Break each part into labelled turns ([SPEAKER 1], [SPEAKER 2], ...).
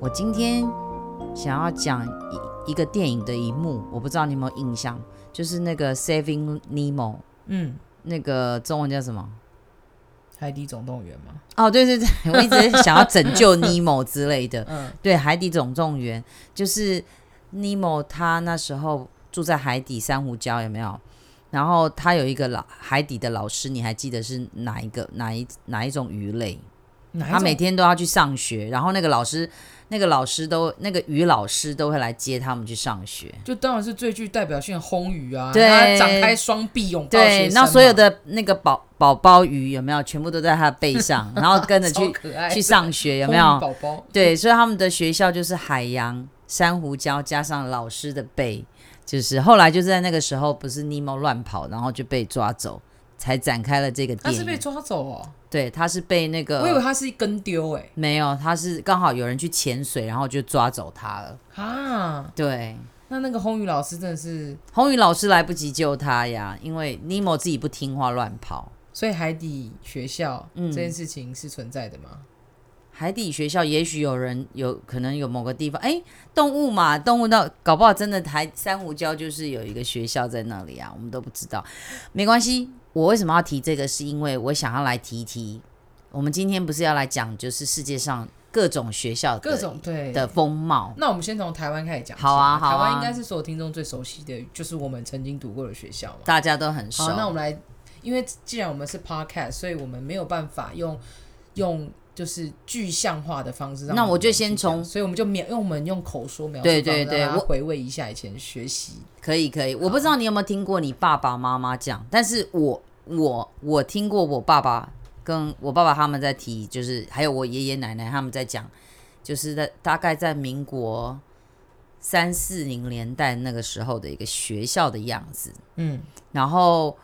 [SPEAKER 1] 我今天想要讲一一个电影的一幕，我不知道你有没有印象，就是那个《Saving Nemo》，
[SPEAKER 2] 嗯，
[SPEAKER 1] 那个中文叫什么？
[SPEAKER 2] 海底总动员嘛，
[SPEAKER 1] 哦，对对对， 我一直想要拯救 Nemo 之类的。
[SPEAKER 2] 嗯
[SPEAKER 1] 对，《海底总动员》就是尼莫他那时候住在海底珊瑚礁，有没有？然后他有一个老海底的老师，你还记得是哪一个哪一哪一种鱼类？
[SPEAKER 2] 哪一
[SPEAKER 1] 他
[SPEAKER 2] 种
[SPEAKER 1] 每天都要去上学，然后那个老师那个老师都那个鱼老师都会来接他们去上学。
[SPEAKER 2] 就当然是最具代表性的轰鱼啊，
[SPEAKER 1] 对
[SPEAKER 2] 他展开双臂拥抱
[SPEAKER 1] 对
[SPEAKER 2] 哦学，生嘛
[SPEAKER 1] 那所有的那个宝宝宝鱼有没有全部都在他的背 上，然后跟着
[SPEAKER 2] 超
[SPEAKER 1] 去
[SPEAKER 2] 可爱
[SPEAKER 1] 去上学，有
[SPEAKER 2] 红
[SPEAKER 1] 没
[SPEAKER 2] 鱼
[SPEAKER 1] 有？
[SPEAKER 2] 宝宝
[SPEAKER 1] 对，所以他们的学校就是海洋、珊瑚礁加上老师的背，就是后来就是在那个时候，不是尼莫乱跑，然后就被抓走，才展开了这个
[SPEAKER 2] 他
[SPEAKER 1] 电
[SPEAKER 2] 是
[SPEAKER 1] 影。
[SPEAKER 2] 被抓走哦，
[SPEAKER 1] 对，他是被那
[SPEAKER 2] 我以为
[SPEAKER 1] 个
[SPEAKER 2] 他是跟丢哎
[SPEAKER 1] 没有，他是刚好有人去潜水，然后就抓走他了。
[SPEAKER 2] 啊，
[SPEAKER 1] 对，
[SPEAKER 2] 那那个轰鱼老师真的是，
[SPEAKER 1] 红宇老师来不及救他呀，因为尼莫自己不听话乱跑。
[SPEAKER 2] 所以海底学校
[SPEAKER 1] 嗯
[SPEAKER 2] 这件事情是存在的吗？
[SPEAKER 1] 海底学校也许有人有可能有某个地方，哎，动物嘛，动物到搞不好真的台珊瑚礁就是有一个学校在那里啊，我们都不知道。没关系，我为什么要提这个？是因为我想要来提一提，我们今天不是要来讲就是世界上各种学校的
[SPEAKER 2] 各种对
[SPEAKER 1] 的风貌，
[SPEAKER 2] 那我们先从台湾开始讲起。
[SPEAKER 1] 好啊好啊
[SPEAKER 2] 台湾应该是所有听众最熟悉的，就是我们曾经读过的学校嘛。
[SPEAKER 1] 大家都很熟。
[SPEAKER 2] 好，那我们来，因为既然我们是 podcast，所以我们没有办法用用就是具象化的方式让
[SPEAKER 1] 那
[SPEAKER 2] 我
[SPEAKER 1] 我
[SPEAKER 2] 们
[SPEAKER 1] 就
[SPEAKER 2] 去
[SPEAKER 1] 先
[SPEAKER 2] 讲
[SPEAKER 1] 从
[SPEAKER 2] 所以我们就描，因为我们用口说描述方
[SPEAKER 1] 对
[SPEAKER 2] 式，
[SPEAKER 1] 对对
[SPEAKER 2] 让大家
[SPEAKER 1] 我
[SPEAKER 2] 回味一下以前学习。
[SPEAKER 1] 可以可以，我不知道你有没有听过你爸爸妈妈讲，但是我我我听过我爸爸跟我爸爸他们在提，就是还有我爷爷奶奶他们在讲，就是在大概在民国三四零年代那个时候的一个学校的样子。
[SPEAKER 2] 嗯，
[SPEAKER 1] 然后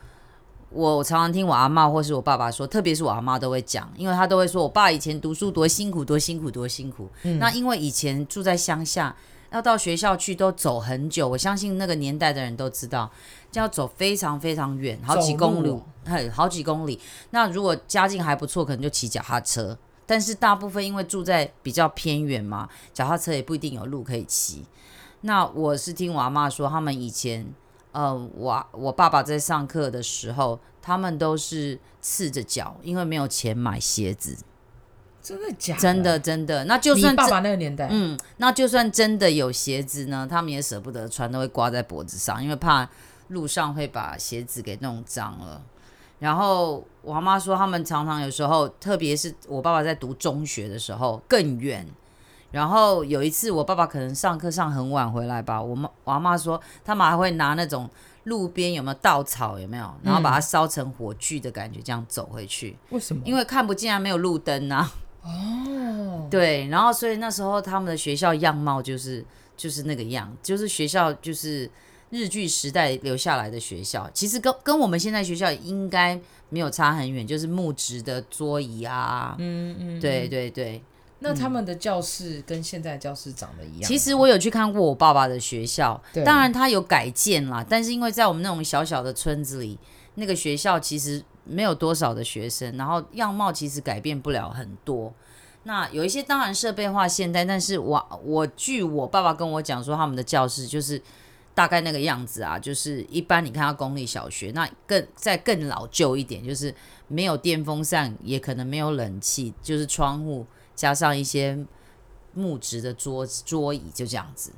[SPEAKER 1] 我常常听我阿嬷或是我爸爸说，特别是我阿嬷都会讲，因为她都会说我爸以前读书多辛苦，多辛苦，多辛苦。
[SPEAKER 2] 嗯
[SPEAKER 1] 那因为以前住在乡下，要到学校去都走很久，我相信那个年代的人都知道，就要走非常非常远，好几
[SPEAKER 2] 走路
[SPEAKER 1] 公里，很好几公里。那如果家境还不错，可能就骑脚踏车。但是大部分因为住在比较偏远嘛，脚踏车也不一定有路可以骑。那我是听我阿嬷说，他们以前呃，我我爸爸在上课的时候，他们都是赤着脚，因为没有钱买鞋子。
[SPEAKER 2] 真的假的？
[SPEAKER 1] 真的真的，那就
[SPEAKER 2] 哦你
[SPEAKER 1] 算
[SPEAKER 2] 爸
[SPEAKER 1] 真
[SPEAKER 2] 爸那个年代，
[SPEAKER 1] 嗯，那就算真的有鞋子呢，他们也舍不得穿，都会挂在脖子上，因为怕路上会把鞋子给弄脏了。然后我妈说，他们常常有时候，特别是我爸爸在读中学的时候更远。然后有一次，我爸爸可能上课上很晚回来吧，我妈我妈说，他们还会拿那种路边有没有稻草有没有，然后把它烧成火炬的感觉，这样走回去，
[SPEAKER 2] 为什么？
[SPEAKER 1] 因为看不见啊，没有路灯啊。
[SPEAKER 2] 哦，
[SPEAKER 1] 对，然后所以那时候他们的学校样貌就是就是那个样，就是学校就是日据时代留下来的学校，其实跟跟我们现在学校应该没有差很远，就是木质的桌椅啊，
[SPEAKER 2] 嗯嗯，
[SPEAKER 1] 对对对。
[SPEAKER 2] 那他们的教室跟现在的教室长得一样啊吗？
[SPEAKER 1] 其实我有去看过我爸爸的学校
[SPEAKER 2] 对，
[SPEAKER 1] 当然他有改建啦，但是因为在我们那种小小的村子里，那个学校其实没有多少的学生，然后样貌其实改变不了很多。那有一些当然设备化现代，但是我我据我爸爸跟我讲说，他们的教室就是大概那个样子啊，就是一般你看到公立小学，那更再更老旧一点，就是没有电风扇，也可能没有冷气，就是窗户加上一些木质的桌桌椅，就这样子。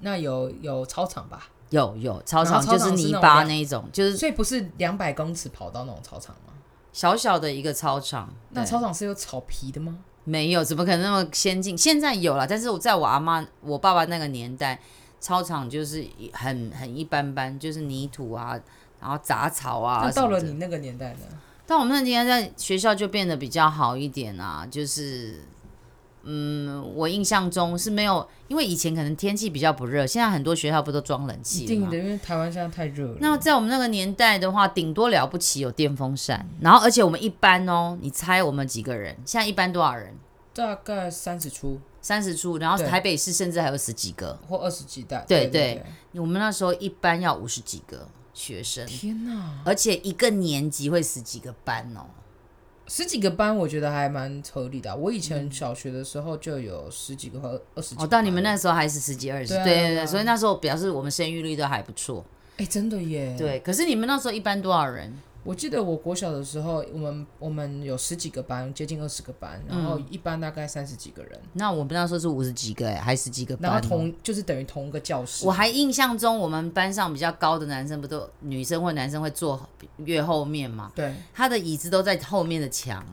[SPEAKER 2] 那有有操场吧，
[SPEAKER 1] 有有操
[SPEAKER 2] 然后
[SPEAKER 1] 场
[SPEAKER 2] 操
[SPEAKER 1] 就
[SPEAKER 2] 场
[SPEAKER 1] 是
[SPEAKER 2] 是那
[SPEAKER 1] 泥
[SPEAKER 2] 种
[SPEAKER 1] 巴
[SPEAKER 2] 两
[SPEAKER 1] 那一种，就是
[SPEAKER 2] 所以不是两百公尺跑道那种操场吗？
[SPEAKER 1] 小小的一个操场。
[SPEAKER 2] 那
[SPEAKER 1] 对
[SPEAKER 2] 操场是有草皮的吗？
[SPEAKER 1] 没有，怎么可能那么先进？现在有了，但是我在我阿妈、我爸爸那个年代，操场就是一很很一般般，就是泥土啊，然后杂草啊
[SPEAKER 2] 那
[SPEAKER 1] 什么
[SPEAKER 2] 到
[SPEAKER 1] 的。
[SPEAKER 2] 了你那个年代呢？
[SPEAKER 1] 但我们那年代在学校就变得比较好一点啊，就是，嗯，我印象中是没有，因为以前可能天气比较不热，现在很多学校不都装冷
[SPEAKER 2] 一
[SPEAKER 1] 气了
[SPEAKER 2] 定
[SPEAKER 1] 吗
[SPEAKER 2] 的，？因为台湾现在太热了。
[SPEAKER 1] 那在我们那个年代的话，顶多了不起有电风扇，然后而且我们一般哦，你猜我们几个人？现在一般多少人？
[SPEAKER 2] 大概三十出
[SPEAKER 1] 三十出，然后
[SPEAKER 2] 对
[SPEAKER 1] 台北市甚至还有十几个。
[SPEAKER 2] 或二十几代。
[SPEAKER 1] 对
[SPEAKER 2] 对
[SPEAKER 1] 我们那时候一般要五十几个学生
[SPEAKER 2] 对，天哪！
[SPEAKER 1] 而且一个年级会十几个班哦。
[SPEAKER 2] 十几个班，我觉得还蛮合理的啊、我以前小学的时候就有十几个和二十几个班。
[SPEAKER 1] 哦，到你们那时候还是十几二十，
[SPEAKER 2] 对啊
[SPEAKER 1] 对
[SPEAKER 2] 对啊
[SPEAKER 1] 对对，所以那时候表示我们生育率都还不错。
[SPEAKER 2] 哎、真的耶！，
[SPEAKER 1] 对，可是你们那时候一般多少人？
[SPEAKER 2] 我记得我国小的时候，我们我们有十几个班，接近二十个班，
[SPEAKER 1] 嗯
[SPEAKER 2] 然后一班大概三十几个人，
[SPEAKER 1] 那我们那时候是五十几个哎，还十几个班
[SPEAKER 2] 然
[SPEAKER 1] 哦。
[SPEAKER 2] 后同就是等于同一个教室。
[SPEAKER 1] 我还印象中，我们班上比较高的男生不都女生或男生会坐越后面嘛？
[SPEAKER 2] 对，
[SPEAKER 1] 他的椅子都在后面的墙，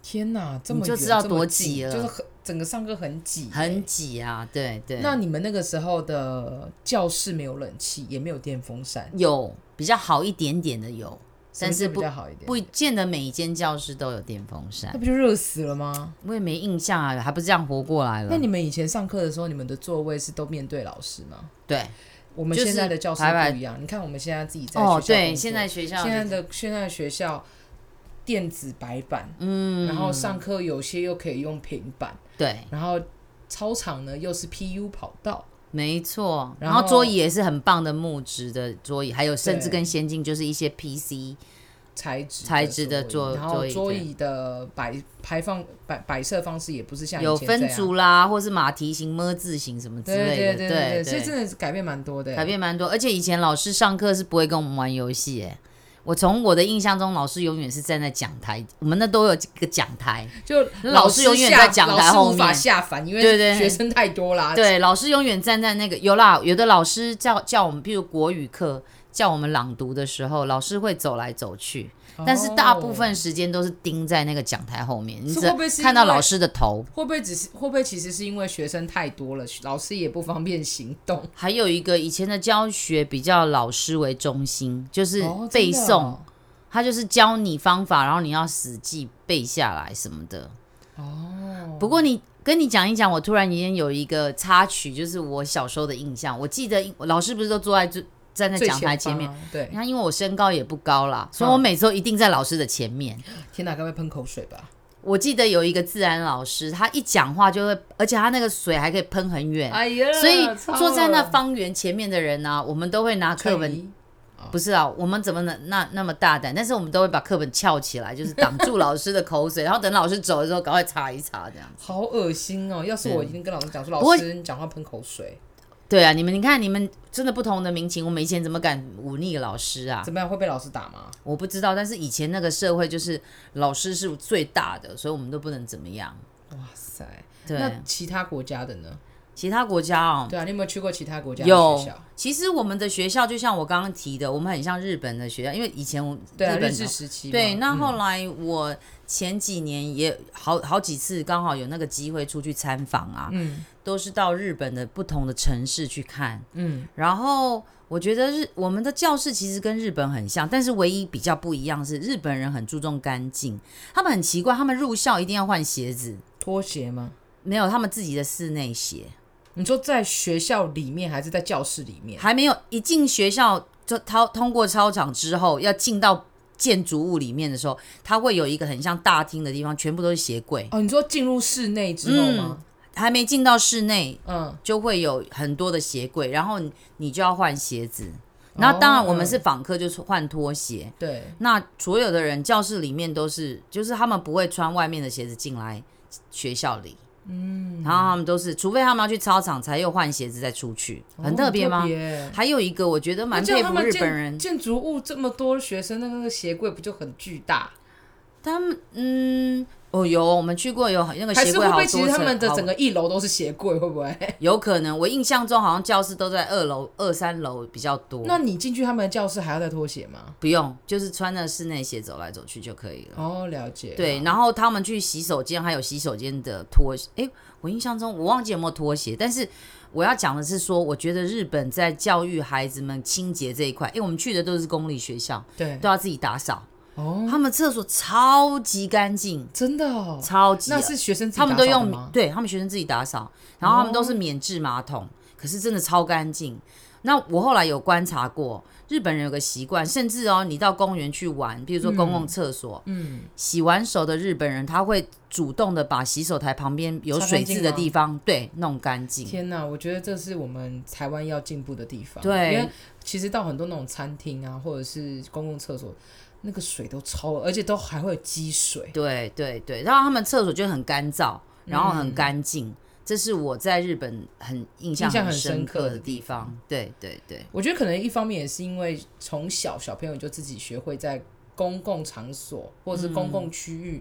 [SPEAKER 2] 天哪，这么
[SPEAKER 1] 你就
[SPEAKER 2] 远
[SPEAKER 1] 知道
[SPEAKER 2] 这么
[SPEAKER 1] 多
[SPEAKER 2] 近
[SPEAKER 1] 挤了
[SPEAKER 2] 就是很整个上课很挤耶，
[SPEAKER 1] 很挤啊。对对，
[SPEAKER 2] 那你们那个时候的教室没有冷气，也没有电风扇，
[SPEAKER 1] 有比较好一点点的有，但
[SPEAKER 2] 什
[SPEAKER 1] 是
[SPEAKER 2] 么时候比
[SPEAKER 1] 不
[SPEAKER 2] 较好一点，
[SPEAKER 1] 不见得每一间教室都有电风
[SPEAKER 2] 那
[SPEAKER 1] 扇。
[SPEAKER 2] 不就热死了吗？
[SPEAKER 1] 我也没印象啊，还不是这样活过来
[SPEAKER 2] 那
[SPEAKER 1] 了。
[SPEAKER 2] 你们以前上课的时候，你们的座位是都面对老师吗？
[SPEAKER 1] 对
[SPEAKER 2] 我们
[SPEAKER 1] 就是
[SPEAKER 2] 现在的教室
[SPEAKER 1] 排排
[SPEAKER 2] 不一样，你看我们现在自己在学校工
[SPEAKER 1] 哦，
[SPEAKER 2] 作
[SPEAKER 1] 对，现在学校
[SPEAKER 2] 现在的现在的学校电子白板，
[SPEAKER 1] 嗯，
[SPEAKER 2] 然后上课有些又可以用平板，
[SPEAKER 1] 对，
[SPEAKER 2] 然后操场呢又是 PU 跑道，
[SPEAKER 1] 没错。
[SPEAKER 2] 然
[SPEAKER 1] 然
[SPEAKER 2] 后
[SPEAKER 1] 后桌椅也是很棒的木质的桌椅，还有甚至
[SPEAKER 2] 对
[SPEAKER 1] 更先进，就是一些 PC。
[SPEAKER 2] 材质
[SPEAKER 1] 材质的
[SPEAKER 2] 桌椅
[SPEAKER 1] 桌
[SPEAKER 2] 然后
[SPEAKER 1] 桌椅
[SPEAKER 2] 桌椅的摆排放摆摆设方式也不是像以
[SPEAKER 1] 有
[SPEAKER 2] 前这
[SPEAKER 1] 分
[SPEAKER 2] 样
[SPEAKER 1] 组啦，或是马蹄形、么字形什么之
[SPEAKER 2] 对
[SPEAKER 1] 类
[SPEAKER 2] 对
[SPEAKER 1] 的，
[SPEAKER 2] 对
[SPEAKER 1] 对
[SPEAKER 2] 所以真的是改变蛮多的。
[SPEAKER 1] 改变蛮多。而且以前老师上课是不会跟我们玩游戏，哎，我从我的印象中，老师永远是站在讲台，我们那都有几个讲台，
[SPEAKER 2] 就
[SPEAKER 1] 老师永远
[SPEAKER 2] 下
[SPEAKER 1] 在讲台后
[SPEAKER 2] 老师无法
[SPEAKER 1] 面
[SPEAKER 2] 下凡，因为
[SPEAKER 1] 对对
[SPEAKER 2] 学生太多啦。
[SPEAKER 1] 对，老师永远站在那个有啦，有的老师叫叫我们，譬如国语课叫我们朗读的时候，老师会走来走去，
[SPEAKER 2] 哦，
[SPEAKER 1] 但是大部分时间都是盯在那个讲台后面，你
[SPEAKER 2] 是
[SPEAKER 1] 只
[SPEAKER 2] 会不会是
[SPEAKER 1] 看到
[SPEAKER 2] 因为
[SPEAKER 1] 老师的头。
[SPEAKER 2] 会不会只是会不会其实是因为学生太多了，老师也不方便行动？
[SPEAKER 1] 还有一个以前的教学比较老师为中心，就是
[SPEAKER 2] 哦
[SPEAKER 1] 背
[SPEAKER 2] 真的
[SPEAKER 1] 诵，
[SPEAKER 2] 哦
[SPEAKER 1] 他就是教你方法，然后你要死记背下来什么的。哦，不过你跟你讲一讲，我突然间有一个插曲，就是我小时候的印象。我记得老师不是都坐在就站在
[SPEAKER 2] 最
[SPEAKER 1] 讲台前
[SPEAKER 2] 方嗯
[SPEAKER 1] 面，
[SPEAKER 2] 啊。对，
[SPEAKER 1] 然后因为我身高也不高啦，所以我每次都一定在老师的前面。
[SPEAKER 2] 天哪，该不会喷口水吧？
[SPEAKER 1] 我记得有一个自然老师，他一讲话就会，而且他那个水还可以喷很远，
[SPEAKER 2] 哎呀
[SPEAKER 1] 所以坐在那方圆前面的人呢、啊我们都会拿课本不是啊，我们怎么能那那么大胆？但是我们都会把课本翘起来，就是挡住老师的口水，然后等老师走的时候赶快擦一擦这样。
[SPEAKER 2] 好恶心哦！要是我一定跟老师讲说，老
[SPEAKER 1] 过
[SPEAKER 2] 师你讲话喷口水，
[SPEAKER 1] 对啊，你们你看，你们真的不同的民情，我们以前怎么敢忤逆老师啊？
[SPEAKER 2] 怎么样会被老师打吗？
[SPEAKER 1] 我不知道，但是以前那个社会就是老师是最大的，所以我们都不能怎么样。
[SPEAKER 2] 哇塞！
[SPEAKER 1] 对
[SPEAKER 2] 那，其他国家的呢？
[SPEAKER 1] 其他国家哦，
[SPEAKER 2] 对啊，你有没有去过其他国家的学
[SPEAKER 1] 有
[SPEAKER 2] 校？，
[SPEAKER 1] 其实我们的学校就像我刚刚提的，我们很像日本的学校，因为以前我
[SPEAKER 2] 对啊，
[SPEAKER 1] 日本
[SPEAKER 2] 日
[SPEAKER 1] 的
[SPEAKER 2] 治时期嘛。
[SPEAKER 1] 对，那
[SPEAKER 2] 嗯
[SPEAKER 1] 后来我前几年也好好几次，刚好有那个机会出去参访啊，
[SPEAKER 2] 嗯
[SPEAKER 1] 都是到日本的不同的城市去看。
[SPEAKER 2] 嗯，
[SPEAKER 1] 然后我觉得日我们的教室其实跟日本很像，但是唯一比较不一样是日本人很注重干净，他们很奇怪，他们入校一定要换鞋子，
[SPEAKER 2] 拖鞋吗？
[SPEAKER 1] 没有他们自己的室内鞋，
[SPEAKER 2] 你说在学校里面还是在教室里面？
[SPEAKER 1] 还没有一进学校就操通过操场之后，要进到建筑物里面的时候，它会有一个很像大厅的地方，全部都是鞋柜。
[SPEAKER 2] 哦，你说进入室内之后吗？
[SPEAKER 1] 还没进到室内，
[SPEAKER 2] 嗯，
[SPEAKER 1] 就会有很多的鞋柜，然后你你就要换鞋子。
[SPEAKER 2] 哦
[SPEAKER 1] 那当然，我们是访客，就是换拖鞋。
[SPEAKER 2] 对，
[SPEAKER 1] 那所有的人教室里面都是，就是他们不会穿外面的鞋子进来学校里。嗯，然后他们都是，除非他们要去操场才又换鞋子再出去，很特别
[SPEAKER 2] 哦
[SPEAKER 1] 吗？
[SPEAKER 2] 别
[SPEAKER 1] 还有一个，我觉得蛮
[SPEAKER 2] 那这样
[SPEAKER 1] 佩
[SPEAKER 2] 他
[SPEAKER 1] 服
[SPEAKER 2] 们
[SPEAKER 1] 日
[SPEAKER 2] 建
[SPEAKER 1] 本人，
[SPEAKER 2] 建筑物这么多学生，那个鞋柜不就很巨大？
[SPEAKER 1] 他们嗯，哦有，我们去过有那个
[SPEAKER 2] 还
[SPEAKER 1] 鞋
[SPEAKER 2] 是
[SPEAKER 1] 柜
[SPEAKER 2] 会不
[SPEAKER 1] 好
[SPEAKER 2] 会
[SPEAKER 1] 多
[SPEAKER 2] 其实他
[SPEAKER 1] 层
[SPEAKER 2] 们的
[SPEAKER 1] 好
[SPEAKER 2] 整个一楼都是鞋柜？会不会？
[SPEAKER 1] 有可能，我印象中好像教室都在二楼、二三楼比较多。
[SPEAKER 2] 那你进去他们的教室还要再脱鞋吗？
[SPEAKER 1] 不用，就是穿着室内鞋走来走去就可以了。
[SPEAKER 2] 哦，了解。
[SPEAKER 1] 对，然后他们去洗手间，还有洗手间的拖鞋。诶，我印象中我忘记有没有拖鞋，但是我要讲的是说，我觉得日本在教育孩子们清洁这一块，因为我们去的都是公立学校，
[SPEAKER 2] 对，
[SPEAKER 1] 都要自己打扫，
[SPEAKER 2] 哦，
[SPEAKER 1] 他们厕所超级干净，
[SPEAKER 2] 真的哦，
[SPEAKER 1] 超级啊
[SPEAKER 2] 那是学生自己
[SPEAKER 1] 他们都
[SPEAKER 2] 打扫的
[SPEAKER 1] 用
[SPEAKER 2] 吗哦
[SPEAKER 1] 对他们学生自己打扫，然后他们都是免治马桶，可是真的超干净。那我后来有观察过，日本人有个习惯，甚至哦，你到公园去玩，比如说公共厕所，
[SPEAKER 2] 嗯，
[SPEAKER 1] 洗完手的日本人他会主动的把洗手台旁边有
[SPEAKER 2] 擦干
[SPEAKER 1] 水
[SPEAKER 2] 净
[SPEAKER 1] 渍的
[SPEAKER 2] 吗
[SPEAKER 1] 地方，对，弄干净。
[SPEAKER 2] 天哪，我觉得这是我们台湾要进步的地方。
[SPEAKER 1] 对
[SPEAKER 2] 因为其实到很多那种餐厅啊，或者是公共厕所，那个水都超，而且都还会有积水。
[SPEAKER 1] 对对对，然后他们厕所就很干燥，然后很干净。这是我在日本很印象
[SPEAKER 2] 嗯印象
[SPEAKER 1] 很
[SPEAKER 2] 很深刻
[SPEAKER 1] 刻
[SPEAKER 2] 的
[SPEAKER 1] 的
[SPEAKER 2] 地
[SPEAKER 1] 地方。对对对，
[SPEAKER 2] 我觉得可能一方面也是因为从小小朋友就自己学会在公共场所或者是公共区域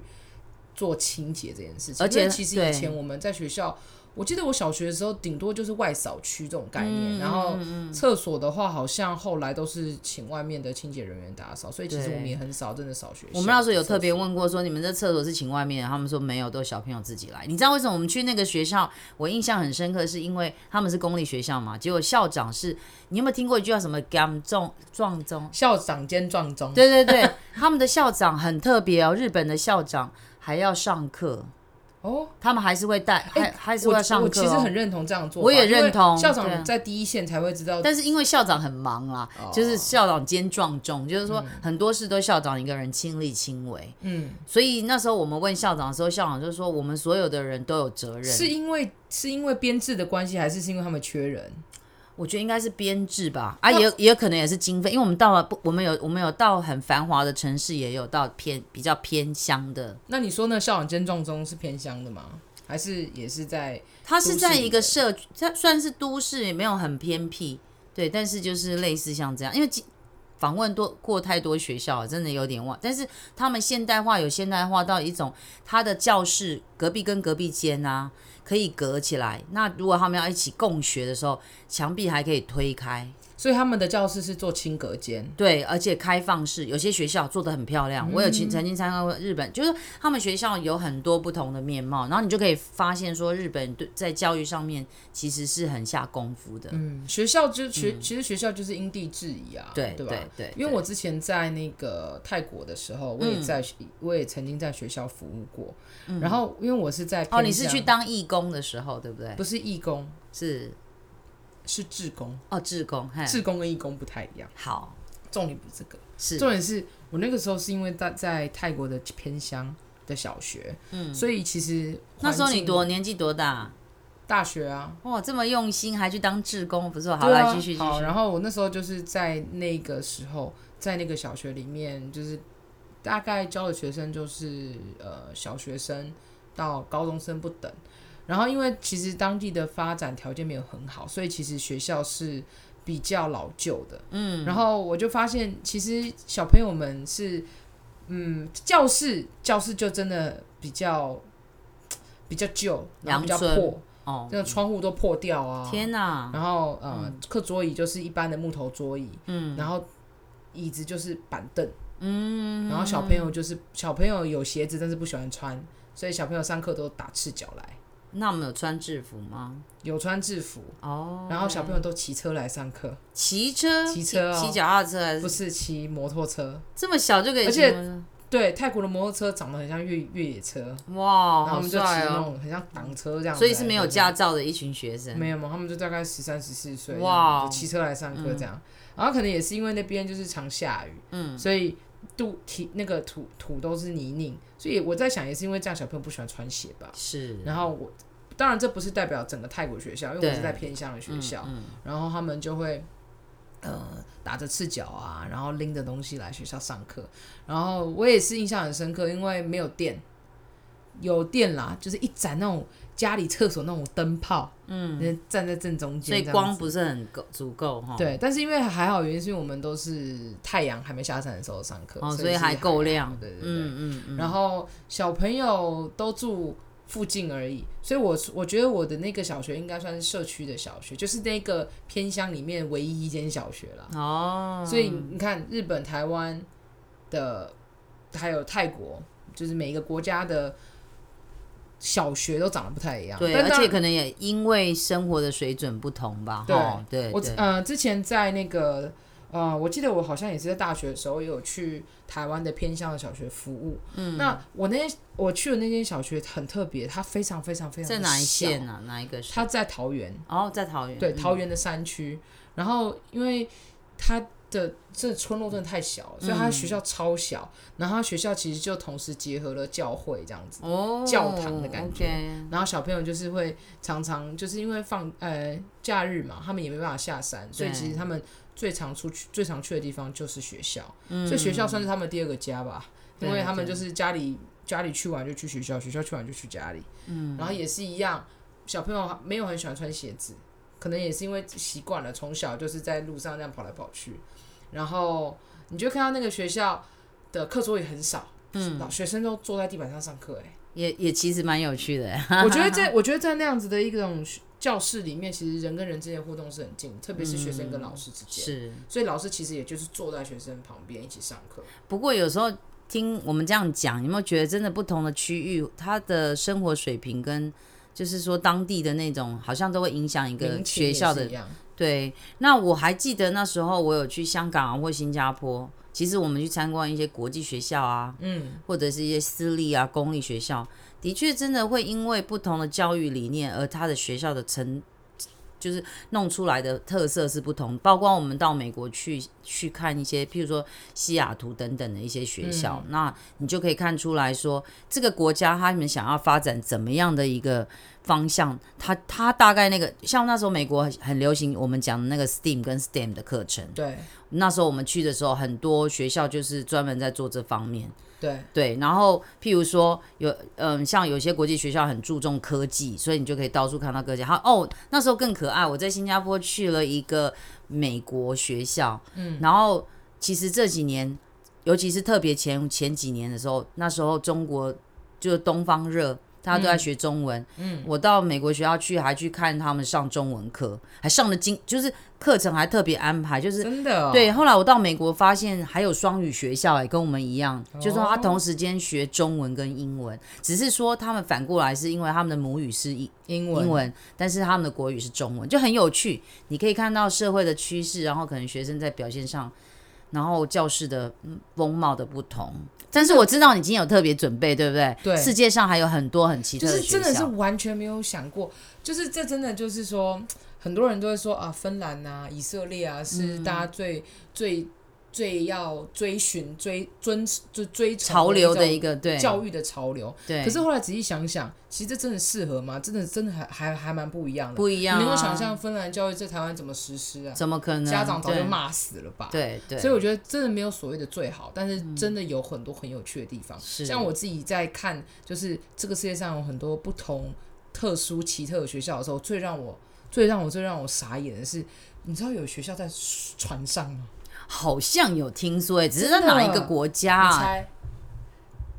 [SPEAKER 2] 做清洁这件事
[SPEAKER 1] 嗯
[SPEAKER 2] 情，
[SPEAKER 1] 而且
[SPEAKER 2] 因为其实
[SPEAKER 1] 对
[SPEAKER 2] 以前我们在学校。我记得我小学的时候，顶多就是外扫区这种概
[SPEAKER 1] 嗯
[SPEAKER 2] 念，然后厕所的话，好像后来都是请外面的清洁人员打扫，所以其实
[SPEAKER 1] 对
[SPEAKER 2] 我们也很少真的扫学
[SPEAKER 1] 我
[SPEAKER 2] 校。
[SPEAKER 1] 们那时候有特别问过说，你们这厕所是请外面的？他们说没有，都是小朋友自己来。你知道为什么我们去那个学校，我印象很深刻，是因为他们是公立学校嘛。结果校长是，你有没有听过一句叫什么 “gam 撞撞钟
[SPEAKER 2] 校长兼撞钟，”？
[SPEAKER 1] 对对 对，他们的校长很特别哦，日本的校长还要上课，
[SPEAKER 2] 哦，
[SPEAKER 1] 他们还是会带，还、还是
[SPEAKER 2] 哎我
[SPEAKER 1] 会上
[SPEAKER 2] 我
[SPEAKER 1] 课、
[SPEAKER 2] 其
[SPEAKER 1] 哦。
[SPEAKER 2] 实很认同这样做法，
[SPEAKER 1] 我也认同
[SPEAKER 2] 因为校
[SPEAKER 1] 对啊
[SPEAKER 2] 长在第一线才会知道。
[SPEAKER 1] 但是因为校长很忙啦，
[SPEAKER 2] 哦
[SPEAKER 1] 就是校长兼撞重，就是说很多事都校长一个人亲力亲为，
[SPEAKER 2] 嗯，
[SPEAKER 1] 所以那时候我们问校长的时候，校长就说我们所有的人都有责任。
[SPEAKER 2] 是因为是因为编制的关系，还是是因为他们缺人？
[SPEAKER 1] 我觉得应该是编制吧，啊，也有也有可能也是经费，因为我们到了不，我们有我们有到很繁华的城市，也有到偏比较偏乡的。
[SPEAKER 2] 那你说呢？校长兼撞钟是偏乡的吗？还是也是在
[SPEAKER 1] 它是
[SPEAKER 2] 都
[SPEAKER 1] 在
[SPEAKER 2] 市里
[SPEAKER 1] 一个
[SPEAKER 2] 的
[SPEAKER 1] 社区，它算是都市，也没有很偏僻，对，但是就是类似像这样，因为几访问多过太多学校了，真的有点忘。但是他们现代化有现代化到一种，他的教室隔壁跟隔壁间啊可以隔起来，那如果他们要一起共学的时候，墙壁还可以推开。
[SPEAKER 2] 所以他们的教室是做清隔间，
[SPEAKER 1] 对，而且开放式，有些学校做的很漂亮。我有
[SPEAKER 2] 嗯
[SPEAKER 1] 去曾经参观过日本，就是他们学校有很多不同的面貌，然后你就可以发现说，日本对在教育上面其实是很下功夫的。
[SPEAKER 2] 嗯，学校就学、其实学校就是因地制宜啊，
[SPEAKER 1] 对
[SPEAKER 2] 对吧？
[SPEAKER 1] 对对，
[SPEAKER 2] 因为我之前在那个泰国的时候，我也
[SPEAKER 1] 嗯
[SPEAKER 2] 在、我也曾经在学校服务过，然后因为我是在
[SPEAKER 1] 对嗯哦，你是
[SPEAKER 2] 偏乡
[SPEAKER 1] 去当义工的时候，对不对？
[SPEAKER 2] 不是义工
[SPEAKER 1] 是
[SPEAKER 2] 是志工，
[SPEAKER 1] 哦，志工，嘿，
[SPEAKER 2] 志工跟义工不太一样，
[SPEAKER 1] 好
[SPEAKER 2] 重点不是这个，
[SPEAKER 1] 是
[SPEAKER 2] 重点是我那个时候是因为在在泰国的偏乡的小学，嗯，所以其实
[SPEAKER 1] 那时候
[SPEAKER 2] 环
[SPEAKER 1] 你
[SPEAKER 2] 境
[SPEAKER 1] 多年纪多大？
[SPEAKER 2] 大学啊，
[SPEAKER 1] 哇，这么用心还去当志工，不错。好，
[SPEAKER 2] 对
[SPEAKER 1] 来
[SPEAKER 2] 啊
[SPEAKER 1] 继续继续。
[SPEAKER 2] 好，然后我那时候就是在那个时候，在那个小学里面，就是大概教的学生就是呃小学生到高中生不等。然后因为其实当地的发展条件没有很好，所以其实学校是比较老旧的。嗯，然后我就发现其实小朋友们是嗯教室教室就真的比较比较旧，然后比较
[SPEAKER 1] 阳春
[SPEAKER 2] 破，
[SPEAKER 1] 哦，
[SPEAKER 2] 那个窗户都破掉啊。
[SPEAKER 1] 天哪，
[SPEAKER 2] 然后呃，
[SPEAKER 1] 嗯
[SPEAKER 2] 课桌椅就是一般的木头桌椅，嗯，然后椅子就是板凳，嗯，然后小朋友就是小朋友有鞋子，但是不喜欢穿，所以小朋友上课都打赤脚来，
[SPEAKER 1] 那我们有穿制服吗？
[SPEAKER 2] 有穿制服，
[SPEAKER 1] 哦，
[SPEAKER 2] 然后小朋友都骑车来上课，
[SPEAKER 1] 骑车，
[SPEAKER 2] 骑车哦
[SPEAKER 1] 骑脚踏车还是
[SPEAKER 2] 不是骑摩托车，
[SPEAKER 1] 这么小就可以
[SPEAKER 2] 而
[SPEAKER 1] 骑
[SPEAKER 2] 且
[SPEAKER 1] 摩托车，
[SPEAKER 2] 对，泰国的摩托车长得很像越越野车，
[SPEAKER 1] 哇，
[SPEAKER 2] 然后他
[SPEAKER 1] 好
[SPEAKER 2] 们就骑
[SPEAKER 1] 帅
[SPEAKER 2] 那
[SPEAKER 1] 哦！
[SPEAKER 2] 种很像挡车这样子来，
[SPEAKER 1] 所以是没有
[SPEAKER 2] 就是
[SPEAKER 1] 驾照的一群学生，
[SPEAKER 2] 没有嘛，他们就大概十三、十四岁，
[SPEAKER 1] 哇嗯
[SPEAKER 2] 哇，骑车来上课这样。然后可能也是因为那边就是常下雨，嗯，所以土体那个土土都是泥泞，所以我在想，也是因为这样小朋友不喜欢穿鞋吧。
[SPEAKER 1] 是
[SPEAKER 2] 然后我当然这不是代表整个泰国学校，因为我
[SPEAKER 1] 对
[SPEAKER 2] 是在偏乡的学校，
[SPEAKER 1] 嗯
[SPEAKER 2] 然后他们就会呃打着赤脚啊，然后拎着东西来学校上课。然后我也是印象很深刻，因为没有电，有电啦，就是一盏那种家里厕所那种灯泡，嗯，站在正中
[SPEAKER 1] 所
[SPEAKER 2] 间
[SPEAKER 1] 以
[SPEAKER 2] 这样子，
[SPEAKER 1] 光不是很够足够哈，，
[SPEAKER 2] 对，但是因为还好，原因是因为我们都是太阳还没下山的时候上课，
[SPEAKER 1] 哦，所以
[SPEAKER 2] 以是
[SPEAKER 1] 还够
[SPEAKER 2] 好
[SPEAKER 1] 亮，
[SPEAKER 2] 对对对。
[SPEAKER 1] 嗯嗯嗯，
[SPEAKER 2] 然后小朋友都住附近而已，所以我我觉得我的那个小学应该算是社区的小学，就是那个偏乡里面唯一一间小学啦。
[SPEAKER 1] 哦，
[SPEAKER 2] 所以你看，日本、台湾的还有泰国，就是每一个国家的小学都长得不太一样。
[SPEAKER 1] 对，
[SPEAKER 2] 但
[SPEAKER 1] 而
[SPEAKER 2] 当
[SPEAKER 1] 且可能也因为生活的水准不同吧，
[SPEAKER 2] 对
[SPEAKER 1] 哈对，
[SPEAKER 2] 我
[SPEAKER 1] 对
[SPEAKER 2] 呃之前在那个呃，我记得我好像也是在大学的时候也有去台湾的偏乡的小学服务。嗯，那我那间我去的那间小学很特别，它非常非常非常
[SPEAKER 1] 在
[SPEAKER 2] 地
[SPEAKER 1] 哪一
[SPEAKER 2] 小
[SPEAKER 1] 县？啊？哪一个是？
[SPEAKER 2] 它在桃园，
[SPEAKER 1] 哦，在桃园，
[SPEAKER 2] 对
[SPEAKER 1] 嗯
[SPEAKER 2] 桃园的山区。然后因为它的这村落真的太小了，所以他
[SPEAKER 1] 嗯
[SPEAKER 2] 的学校超小，然后他学校其实就同时结合了教会这样子，
[SPEAKER 1] 哦，
[SPEAKER 2] 教堂的感觉
[SPEAKER 1] OK
[SPEAKER 2] 然后小朋友就是会常常就是因为放呃假日嘛，他们也没办法下山，所以
[SPEAKER 1] 对
[SPEAKER 2] 其实他们最常出去、最常去的地方就是学校，所以学校算是他们第二个家吧，
[SPEAKER 1] 嗯对
[SPEAKER 2] 因为他们
[SPEAKER 1] 对
[SPEAKER 2] 就是家里家里去完就去学校，学校去完就去家里，嗯，然后也是一样，小朋友没有很喜欢穿鞋子，可能也是因为习惯了，从小就是在路上这样跑来跑去，然后你就看到那个学校的课桌也很少，嗯，老学生都坐在地板上上课、欸，
[SPEAKER 1] 也也其实蛮有趣的。
[SPEAKER 2] 我觉得 在我觉得在那样子的一种教室里面，其实人跟人之间的互动是很近，特别是学生跟老师之间。
[SPEAKER 1] 是，
[SPEAKER 2] 所以老师其实也就是坐在学生旁边一起上课，
[SPEAKER 1] 不过有时候听我们这样讲，你有没有觉得真的不同的区域，他的生活水平跟就是说当地的那种，好像都会影响一个
[SPEAKER 2] 民情
[SPEAKER 1] 学
[SPEAKER 2] 也
[SPEAKER 1] 校
[SPEAKER 2] 是
[SPEAKER 1] 的
[SPEAKER 2] 一样，
[SPEAKER 1] 对，那我还记得那时候我有去香港啊或新加坡，其实我们去参观一些国际学校啊，
[SPEAKER 2] 嗯，
[SPEAKER 1] 或者是一些私立啊、公立学校，的确真的会因为不同的教育理念，而他的学校的成就是弄出来的特色是不同。包括我们到美国去去看一些，譬如说西雅图等等的一些学校，那你就可以看出来说，这个国家他们想要发展怎么样的一个方向，它它大概那个像那时候美国很很流行我们讲的那个 STEAM 跟 STEM 的课程，
[SPEAKER 2] 对
[SPEAKER 1] 那时候我们去的时候，很多学校就是专门在做这方面。
[SPEAKER 2] 对，
[SPEAKER 1] 对，然后譬如说有嗯，像有些国际学校很注重科技，所以你就可以到处看到科技。还有哦，那时候更可爱，我在新加坡去了一个美国学校，嗯，然后其实这几年，尤其是特别前前几年的时候，那时候中国就是东方热。大家都在学中文，嗯，我到美国学校去，还去看他们上中文课，还上了经，就是课程还特别安排，就是
[SPEAKER 2] 真的、哦，
[SPEAKER 1] 对，后来我到美国发现还有双语学校、欸，跟我们一样，
[SPEAKER 2] 哦
[SPEAKER 1] 就是说他同时间学中文跟英文，只是说他们反过来是因为他们的母语是英
[SPEAKER 2] 英文
[SPEAKER 1] 英文，但是他们的国语是中文，就很有趣。你可以看到社会的趋势，然后可能学生在表现上，然后教室的嗯风貌的不同。但是我知道你今天有特别准备，对不对？
[SPEAKER 2] 对
[SPEAKER 1] 世界上还有很多很奇特
[SPEAKER 2] 就
[SPEAKER 1] 的
[SPEAKER 2] 是
[SPEAKER 1] 学
[SPEAKER 2] 真的是
[SPEAKER 1] 校，
[SPEAKER 2] 完全没有想过，就是这真的就是说，很多人都会说啊，芬兰啊、以色列啊是大家
[SPEAKER 1] 嗯
[SPEAKER 2] 最、最最要追寻、追遵就追崇
[SPEAKER 1] 潮流的
[SPEAKER 2] 一
[SPEAKER 1] 一个对
[SPEAKER 2] 种教育的潮流。
[SPEAKER 1] 对，
[SPEAKER 2] 可是后来仔细想想，其实这真的适合吗？真的真的还还还蛮不一样的。
[SPEAKER 1] 不一样、啊，
[SPEAKER 2] 你能够想象芬兰教育在台湾怎么实施啊？
[SPEAKER 1] 怎么可能？
[SPEAKER 2] 家长早
[SPEAKER 1] 对
[SPEAKER 2] 就骂死了吧？
[SPEAKER 1] 对对，嗯
[SPEAKER 2] 所以我觉得真的没有所谓的最好，但是真的有很多很有趣的地方。
[SPEAKER 1] 是
[SPEAKER 2] 像我自己在看，就是这个世界上有很多不同特殊奇特的学校的时候，最让我最让我最让我傻眼的是，你知道有学校在船上吗？
[SPEAKER 1] 好像有听说哎、只是在
[SPEAKER 2] 真的
[SPEAKER 1] 哪一个国家、
[SPEAKER 2] 你
[SPEAKER 1] 啊？
[SPEAKER 2] 猜，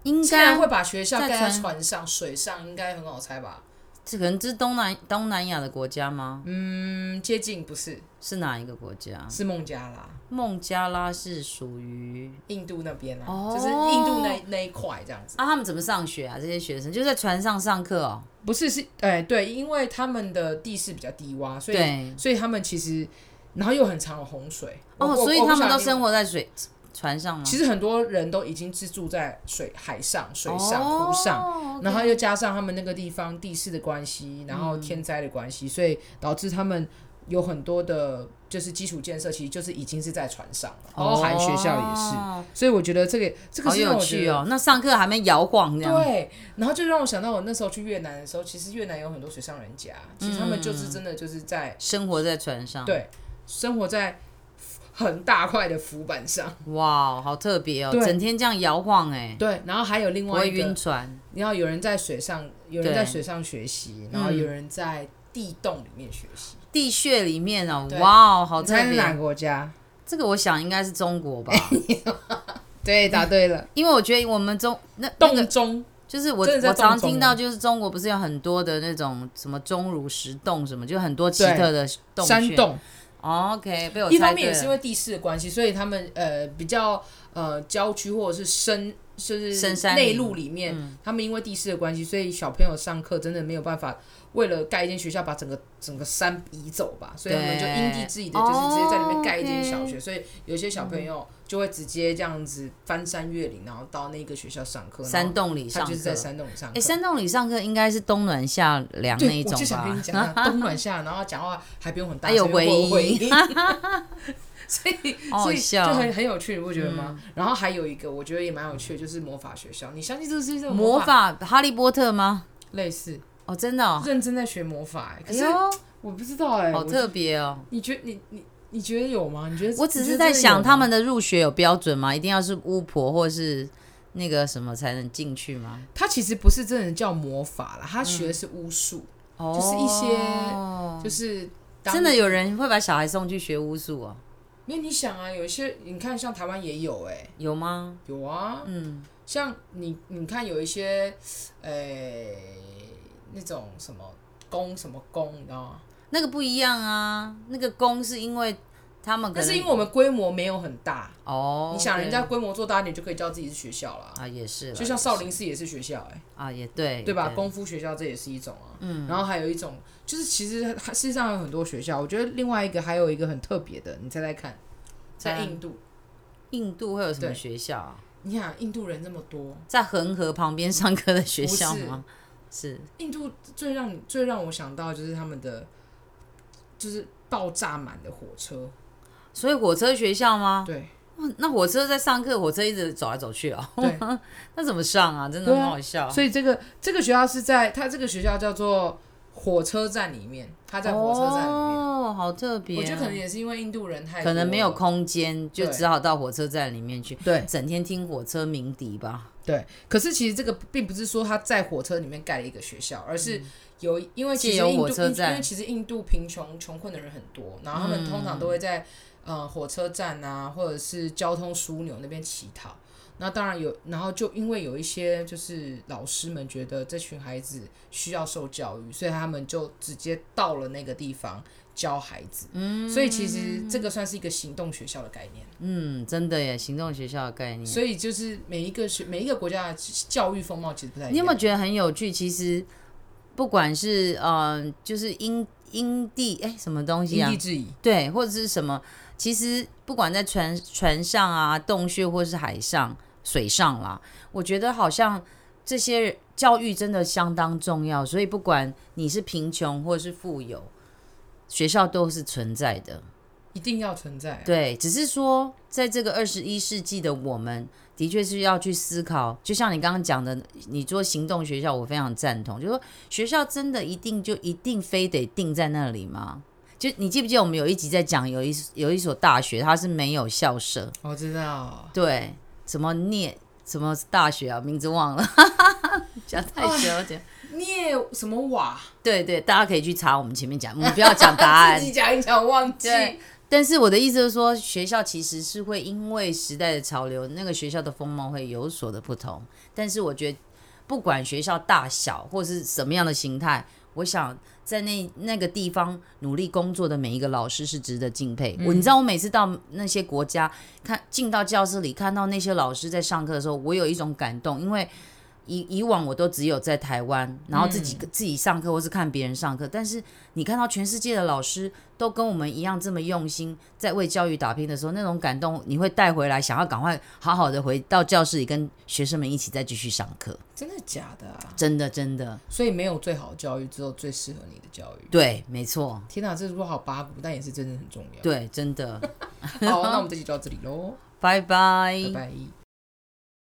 [SPEAKER 1] 应
[SPEAKER 2] 竟然
[SPEAKER 1] 该
[SPEAKER 2] 会把学校
[SPEAKER 1] 在
[SPEAKER 2] 盖在
[SPEAKER 1] 船
[SPEAKER 2] 船上、水上，应该很好猜吧？
[SPEAKER 1] 这可能是东南东南亚的国家吗？
[SPEAKER 2] 嗯，接近不是，
[SPEAKER 1] 是哪一个国家？
[SPEAKER 2] 是孟加拉。
[SPEAKER 1] 孟加拉是属于
[SPEAKER 2] 印度那边啊，
[SPEAKER 1] 哦
[SPEAKER 2] 就是印度那那一块这样子。
[SPEAKER 1] 啊？他们怎么上学啊？这些学生就在船上上课哦。
[SPEAKER 2] 不是是，哎、对，因为他们的地势比较低洼，所以
[SPEAKER 1] 对
[SPEAKER 2] 所以他们其实，然后又很常有洪水
[SPEAKER 1] 哦，所以他们都
[SPEAKER 2] 生。
[SPEAKER 1] 生活在水船上吗？
[SPEAKER 2] 其实很多人都已经是住在水海上、水上、
[SPEAKER 1] 哦
[SPEAKER 2] 湖上，
[SPEAKER 1] OK 嗯
[SPEAKER 2] 然后又加上他们那个地方地势的关系，然后天灾的关系，所以导致他们有很多的，就是基础建设，其实就是已经是在船上了，包含哦学校也是。
[SPEAKER 1] 哦
[SPEAKER 2] 所以我觉得这个这个
[SPEAKER 1] 好
[SPEAKER 2] 是让
[SPEAKER 1] 有
[SPEAKER 2] 我觉
[SPEAKER 1] 趣
[SPEAKER 2] 得
[SPEAKER 1] 哦。那上课还没摇晃这样，
[SPEAKER 2] 对，然后就让我想到我那时候去越南的时候，其实越南有很多水上人家，其实他们就是
[SPEAKER 1] 嗯
[SPEAKER 2] 真的就是在、
[SPEAKER 1] 生活在船上，
[SPEAKER 2] 对生活在很大块的浮板上，
[SPEAKER 1] 哇，好特别哦，
[SPEAKER 2] 对
[SPEAKER 1] 整天这样摇晃哎、
[SPEAKER 2] 对，然后还有另
[SPEAKER 1] 不
[SPEAKER 2] 外
[SPEAKER 1] 会
[SPEAKER 2] 一
[SPEAKER 1] 晕
[SPEAKER 2] 个，
[SPEAKER 1] 船，
[SPEAKER 2] 然后有人在水上，有人在
[SPEAKER 1] 对嗯
[SPEAKER 2] 水上学习，然后有人在地洞里面学习，
[SPEAKER 1] 地穴里面哦，
[SPEAKER 2] 对
[SPEAKER 1] 哇哦，好
[SPEAKER 2] 你
[SPEAKER 1] 特
[SPEAKER 2] 猜是
[SPEAKER 1] 别
[SPEAKER 2] 哪个国家？
[SPEAKER 1] 这个我想应该是中国 吧，
[SPEAKER 2] 对，答对了，
[SPEAKER 1] 因为我觉得我们中那那个
[SPEAKER 2] 洞中
[SPEAKER 1] 就是我
[SPEAKER 2] 真
[SPEAKER 1] 我
[SPEAKER 2] 的在
[SPEAKER 1] 常
[SPEAKER 2] 洞中啊
[SPEAKER 1] 常听到，就是中国不是有很多的那种什么钟乳石洞什么，就很多奇特的洞
[SPEAKER 2] 山
[SPEAKER 1] 穴。
[SPEAKER 2] 洞，
[SPEAKER 1] 哦 OK，被我
[SPEAKER 2] 一
[SPEAKER 1] 猜
[SPEAKER 2] 方面
[SPEAKER 1] 对
[SPEAKER 2] 也是因
[SPEAKER 1] 了。
[SPEAKER 2] 为地势的关系，所以他们呃比较呃郊区或者是深就是
[SPEAKER 1] 深山嗯
[SPEAKER 2] 内
[SPEAKER 1] 里
[SPEAKER 2] 陆里面，他们因为地势的关系，所以小朋友上课真的没有办法为了盖一间学校把整个整个山移走吧，所以他们就
[SPEAKER 1] 对
[SPEAKER 2] 因地制宜的，就是直接在里面盖一间
[SPEAKER 1] 哦
[SPEAKER 2] 小学，所以有些小朋友就会直接这样子翻山越岭，然后到那个学校上课，然
[SPEAKER 1] 山
[SPEAKER 2] 后
[SPEAKER 1] 洞里
[SPEAKER 2] 他
[SPEAKER 1] 上
[SPEAKER 2] 就是在
[SPEAKER 1] 课，
[SPEAKER 2] 山洞里上
[SPEAKER 1] 哎、
[SPEAKER 2] 课。
[SPEAKER 1] 山洞里上课应该是冬暖夏凉啊那
[SPEAKER 2] 对
[SPEAKER 1] 一，
[SPEAKER 2] 我
[SPEAKER 1] 种
[SPEAKER 2] 就想跟啊
[SPEAKER 1] 吧
[SPEAKER 2] 你？讲，冬暖夏，然后讲话还不用很大
[SPEAKER 1] 还有
[SPEAKER 2] 声，会
[SPEAKER 1] 回
[SPEAKER 2] 有回音，所以
[SPEAKER 1] 好
[SPEAKER 2] 所以就
[SPEAKER 1] 笑嗯
[SPEAKER 2] 很很有趣，你不觉得吗？然后还有一个我觉得也蛮有趣的，就是魔法学校。你相信这个世界上有
[SPEAKER 1] 魔
[SPEAKER 2] 法
[SPEAKER 1] 法哈利波特吗？
[SPEAKER 2] 类似
[SPEAKER 1] 哦，真的哦，
[SPEAKER 2] 认真在学魔法、欸，可
[SPEAKER 1] 哎
[SPEAKER 2] 是
[SPEAKER 1] 呦，
[SPEAKER 2] 我不知道哎、
[SPEAKER 1] 好
[SPEAKER 2] 我
[SPEAKER 1] 特别哦。
[SPEAKER 2] 你觉你你你觉得有吗？你觉得
[SPEAKER 1] 我只
[SPEAKER 2] 你觉
[SPEAKER 1] 是
[SPEAKER 2] 得
[SPEAKER 1] 在
[SPEAKER 2] 真的有啊
[SPEAKER 1] 想，
[SPEAKER 2] 吗
[SPEAKER 1] 他们的入学有标准吗？一定要是巫婆或是那个什么才能进去吗？
[SPEAKER 2] 他其实不是真的叫魔法啦，他学的是巫术，
[SPEAKER 1] 哦
[SPEAKER 2] 就是一些就是当
[SPEAKER 1] 真的。有人会把小孩送去学巫术哦？
[SPEAKER 2] 因为你想啊，有一些你看像台湾也有哎、
[SPEAKER 1] 有吗？
[SPEAKER 2] 有啊，
[SPEAKER 1] 嗯，
[SPEAKER 2] 像你你看有一些呃、那种什么宫什么宫，你知道吗？
[SPEAKER 1] 那个不一样啊，那个宫是因为他哦们可
[SPEAKER 2] 那
[SPEAKER 1] 能
[SPEAKER 2] 是因为我们规模没有很大，
[SPEAKER 1] 哦，
[SPEAKER 2] 你想人
[SPEAKER 1] 对
[SPEAKER 2] 家规模做大一点就可以叫自己是学校啦。
[SPEAKER 1] 啊也是啦，
[SPEAKER 2] 就像
[SPEAKER 1] 也是
[SPEAKER 2] 少林寺也是学校哎、
[SPEAKER 1] 啊也对
[SPEAKER 2] 对吧？功夫学校这也是一种啊，嗯，然后还有一种就是其实它世界上有很多学校，我觉得另外一个还有一个很特别的，你猜猜看，在
[SPEAKER 1] 在
[SPEAKER 2] 印度，
[SPEAKER 1] 印度会有什么
[SPEAKER 2] 对
[SPEAKER 1] 学校啊？
[SPEAKER 2] 你想印度人这么多，
[SPEAKER 1] 在恒河旁边 上课的学
[SPEAKER 2] 不
[SPEAKER 1] 校
[SPEAKER 2] 是
[SPEAKER 1] 吗？是
[SPEAKER 2] 印度最让最让我想到就是他们的就是爆炸满的火车，
[SPEAKER 1] 所以火车学校吗？
[SPEAKER 2] 对
[SPEAKER 1] 哇那火车在上课，火车一直走来走去哦，
[SPEAKER 2] 对，
[SPEAKER 1] 那怎么上啊？真的
[SPEAKER 2] 对啊
[SPEAKER 1] 很好笑。
[SPEAKER 2] 所以这个这个学校是在它这个学校叫做火车站里面，它在火车站里面，
[SPEAKER 1] 哦，好特别、啊。啊
[SPEAKER 2] 我觉得可能也是因为印度人太
[SPEAKER 1] 可能
[SPEAKER 2] 多
[SPEAKER 1] 没有
[SPEAKER 2] 了
[SPEAKER 1] 空间，就
[SPEAKER 2] 对
[SPEAKER 1] 只好到火车站里面去，
[SPEAKER 2] 对
[SPEAKER 1] 整天听火车鸣笛吧。
[SPEAKER 2] 对，可是其实这个并不是说他在火车里面盖了一个学校，而是有因为其
[SPEAKER 1] 嗯借
[SPEAKER 2] 实
[SPEAKER 1] 由
[SPEAKER 2] 印
[SPEAKER 1] 火
[SPEAKER 2] 度
[SPEAKER 1] 车
[SPEAKER 2] 因因为
[SPEAKER 1] 站嗯
[SPEAKER 2] 其实印度贫穷穷困的人很多，然后他们通常都会在、呃火车站啊或者是交通枢纽那边乞讨。那当然有，然后就因为有一些就是老师们觉得这群孩子需要受教育，所以他们就直接到了那个地方教孩子。嗯，所以其实这个算是一个行动学校的概念。
[SPEAKER 1] 嗯，真的耶，行动学校的概念。
[SPEAKER 2] 所以就是每一个学每一个国家的教育风貌其实不太一样。
[SPEAKER 1] 你有没有觉得很有趣？其实不管是嗯、呃，就是因因地哎、什么东西
[SPEAKER 2] 因
[SPEAKER 1] 啊
[SPEAKER 2] 地？制宜。
[SPEAKER 1] 对，或者是什么？其实不管在船船上啊、洞穴或是海上、水上啦，我觉得好像这些教育真的相当重要。所以不管你是贫穷或是富有，学校都是存在的。
[SPEAKER 2] 一定要存在、啊。
[SPEAKER 1] 对，只是说在这个二十一世纪的我们，的确是要去思考。就像你刚刚讲的，你做行动学校，我非常赞同。就是说学校真的一定就一定非得定在那里吗？就你记不记得我们有一集在讲有一有一所大学，它是没有校舍，
[SPEAKER 2] 我知道，
[SPEAKER 1] 对，什么聂什么大学啊，名字忘了， 讲太
[SPEAKER 2] 哎
[SPEAKER 1] 久了。讲
[SPEAKER 2] 聂什么瓦，
[SPEAKER 1] 对对，大家可以去查我们前面讲，我们不要讲答案
[SPEAKER 2] 自。己讲一讲忘记。
[SPEAKER 1] 对但是我的意思是说，学校其实是会因为时代的潮流，那个学校的风貌会有所的不同。但是我觉得，不管学校大小或是什么样的形态，我想在那那个地方努力工作的每一个老师是值得敬佩。我你知道，我每次到那些国家看进到教室里，看到那些老师在上课的时候，我有一种感动，因为。以以往我都只有在台湾，然后自己、自己上课或是看别人上课，但是你看到全世界的老师都跟我们一样这么用心，在为教育打拼的时候，那种感动你会带回来，想要赶快好好的回到教室里，跟学生们一起再继续上课。
[SPEAKER 2] 真的假的啊？
[SPEAKER 1] 真的，真的，
[SPEAKER 2] 所以没有最好的教育，只有最适合你的教育。
[SPEAKER 1] 对，没错，
[SPEAKER 2] 天哪、这如果好八股，但也是真的很重要。
[SPEAKER 1] 对，真的，
[SPEAKER 2] 好，那我们这期就到这里喽，
[SPEAKER 1] 拜拜
[SPEAKER 2] 拜拜。